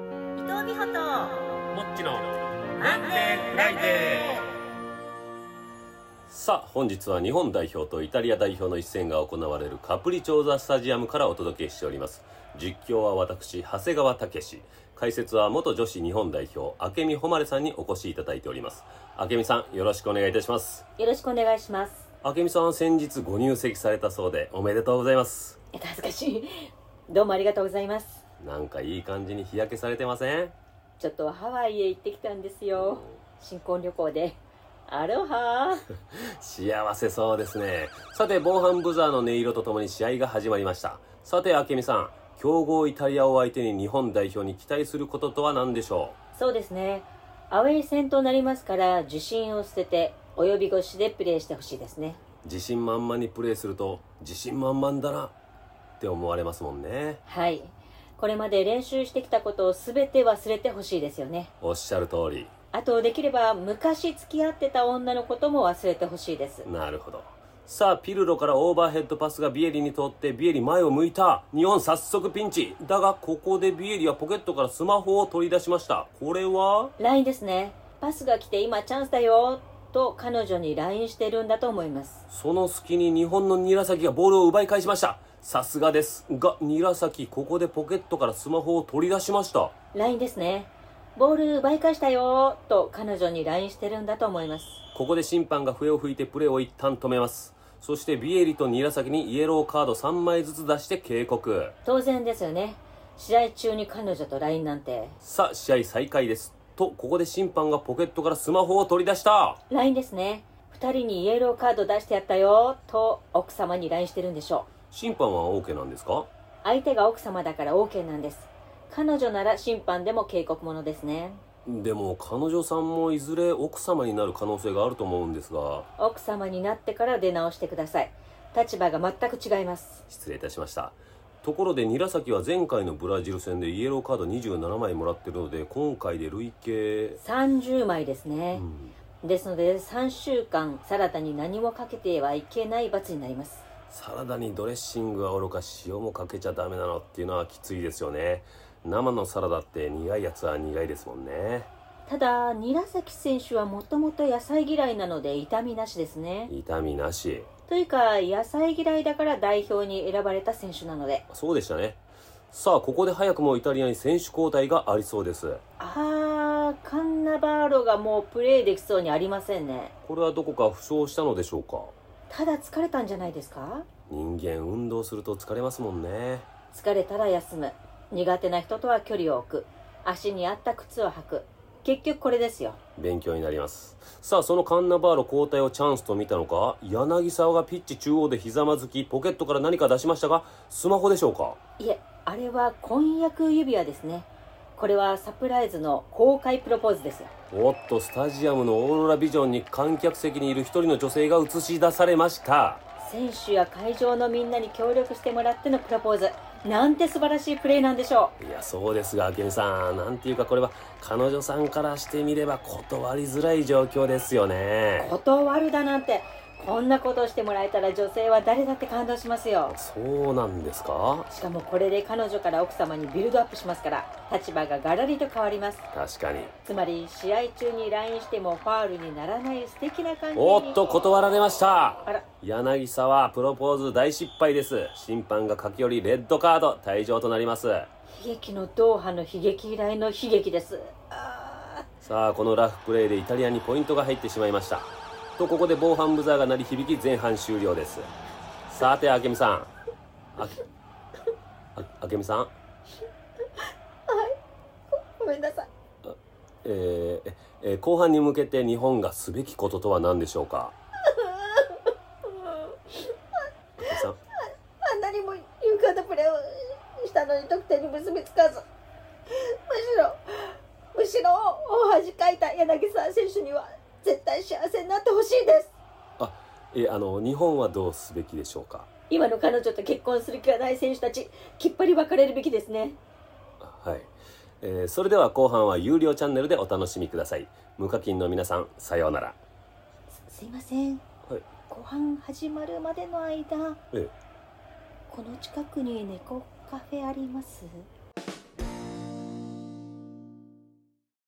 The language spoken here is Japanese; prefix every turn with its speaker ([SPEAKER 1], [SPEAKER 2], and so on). [SPEAKER 1] もっ
[SPEAKER 2] 美穂と
[SPEAKER 1] ちの
[SPEAKER 2] マンデーフライデ
[SPEAKER 3] さあ本日は日本代表とイタリア代表の一戦が行われるカプリチョーザスタジアムからお届けしております実況は私長谷川武史解説は元女子日本代表明美誉さんにお越しいただいております明美さんよろしくお願いいたします
[SPEAKER 4] よろしくお願いします。
[SPEAKER 3] 明美さんは先日ご入籍されたそうでおめでとうございます
[SPEAKER 4] え恥ずかしい。どうもありがとうございます。
[SPEAKER 3] なんかいい感じに日焼けされてません
[SPEAKER 4] ちょっとハワイへ行ってきたんですよ。新婚旅行で。アロハ
[SPEAKER 3] 幸せそうですねさて防犯ブザーの音色とともに試合が始まりましたさて明美さん強豪イタリアを相手に日本代表に期待することとは何でしょ
[SPEAKER 4] そうですね。アウェイ戦となりますから、受信を捨てて、及び腰でプレーしてほしいですね。
[SPEAKER 3] う自信満々にプレーすると自信満々だなって思われますもんね
[SPEAKER 4] はい。これまで練習してきたことを全て忘れてほしいですよね。
[SPEAKER 3] おっしゃる通り
[SPEAKER 4] あと、できれば昔付き合ってた女のことも忘れてほしいです。
[SPEAKER 3] なるほどさあピルロからオーバーヘッドパスがビエリに通ってビエリ前を向いた日本早速ピンチだがここでビエリはポケットからスマホを取り出しましたこれは
[SPEAKER 4] LINE ですね。パスが来て今チャンスだよ、と彼女に LINE してるんだと思います。
[SPEAKER 3] その隙に日本の韮崎がボールを奪い返しました。さすがです。が、韮崎、ここでポケットからスマホを取り出しました。
[SPEAKER 4] LINE ですね。ボール奪い返したよーと彼女に LINE してるんだと思います。
[SPEAKER 3] ここで審判が笛を吹いてプレーを一旦止めます。そしてビエリと韮崎にイエローカード3枚ずつ出して警告。
[SPEAKER 4] 当然ですよね。試合中に彼女と LINE なんて。
[SPEAKER 3] さあ、試合再開です。と、ここで審判がポケットからスマホを取り出した。
[SPEAKER 4] LINE ですね。二人にイエローカード出してやったよーと奥様に LINE してるんでしょ
[SPEAKER 3] 審判は OK なんですか
[SPEAKER 4] う。相手が奥様だから OK なんです。彼女なら審判でも警告ものですね。
[SPEAKER 3] でも、彼女さんもいずれ奥様になる可能性があると思うんですが、
[SPEAKER 4] 奥様になってから出直してください。立場が全く違います。
[SPEAKER 3] 失礼いたしましたところで韮崎は前回のブラジル戦でイエローカード27枚もらってるので今回で累計、
[SPEAKER 4] 30枚ですね。
[SPEAKER 3] うん
[SPEAKER 4] ですので3週間サラダに何もかけてはいけない罰になります
[SPEAKER 3] サラダにドレッシングはおろか塩もかけちゃダメなのっていうのはきついですよね生のサラダって苦いやつは苦いですもんね
[SPEAKER 4] ただ韮崎選手はもともと野菜嫌いなので痛みなしですね
[SPEAKER 3] 痛みなし
[SPEAKER 4] というか野菜嫌いだから代表に選ばれた選手なので
[SPEAKER 3] そうでしたねさあここで早くもイタリアに選手交代がありそうです
[SPEAKER 4] あーカンナバーロがもうプレーできそうにありませんね
[SPEAKER 3] これはどこか負傷したのでしょうか
[SPEAKER 4] ただ疲れたんじゃないですか
[SPEAKER 3] 人間運動すると疲れますもんね
[SPEAKER 4] 疲れたら休む苦手な人とは距離を置く足に合った靴を履く結局これですよ
[SPEAKER 3] 勉強になりますさあそのカンナバーロ交代をチャンスと見たのか柳沢がピッチ中央でひざまずきポケットから何か出しましたがスマホでしょうか
[SPEAKER 4] いえあれは婚約指輪ですねこれはサプライズの公開プロポーズですよ
[SPEAKER 3] おっとスタジアムのオーロラビジョンに観客席にいる一人の女性が映し出されました
[SPEAKER 4] 選手や会場のみんなに協力してもらってのプロポーズなんて素晴らしいプレーなんでしょ
[SPEAKER 3] いやそうですが明美さんなんていうかこれは彼女さんからしてみれば断りづらい状況ですよ
[SPEAKER 4] う
[SPEAKER 3] ね
[SPEAKER 4] 断るだなんてこんなことをしてもらえたら女性は誰だって感動しますよ
[SPEAKER 3] そうなんですか
[SPEAKER 4] しかもこれで彼女から奥様にビルドアップしますから立場がガラリと変わります
[SPEAKER 3] 確かに
[SPEAKER 4] つまり試合中に LINE してもファウルにならない素敵な関係に
[SPEAKER 3] おっと断られました
[SPEAKER 4] あら
[SPEAKER 3] 柳沢プロポーズ大失敗です審判が駆け寄りレッドカード退場となります
[SPEAKER 4] 悲劇のドーハの悲劇以来の悲劇ですあ
[SPEAKER 3] さあこのラフプレーでイタリアにポイントが入ってしまいましたとここで防犯ブザーが鳴り響き前半終了ですさて明美さんああ明美さん
[SPEAKER 4] ーごめんなさい
[SPEAKER 3] えーえー後半に向けて日本がすべきこととは何でしょうか明美さん
[SPEAKER 4] あんなにも勇敢なプレーをしたのに得点に結びつかずむしろむしろ大恥かいた柳沢選手には絶対幸せになってほしいです
[SPEAKER 3] あえーあの日本はどうすべきでしょうか
[SPEAKER 4] 今の彼女と結婚する気がない選手たちきっぱり別れるべきですね
[SPEAKER 3] はい、えーそれでは後半は有料チャンネルでお楽しみください無課金の皆さんさようなら
[SPEAKER 4] すいません、
[SPEAKER 3] はい
[SPEAKER 4] ご飯始まるまでの間
[SPEAKER 3] ええ
[SPEAKER 4] この近くに猫カフェあります